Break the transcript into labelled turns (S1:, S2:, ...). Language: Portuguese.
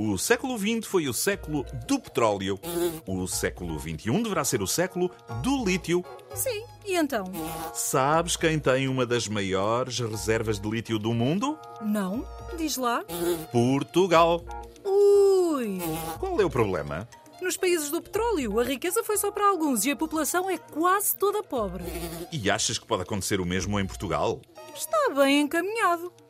S1: O século XX foi o século do petróleo. O século XXI deverá ser o século do lítio.
S2: Sim, e então?
S1: Sabes quem tem uma das maiores reservas de lítio do mundo?
S2: Não? Diz lá.
S1: Portugal.
S2: Ui!
S1: Qual é o problema?
S2: Nos países do petróleo, a riqueza foi só para alguns e a população é quase toda pobre.
S1: E achas que pode acontecer o mesmo em Portugal?
S2: Está bem encaminhado.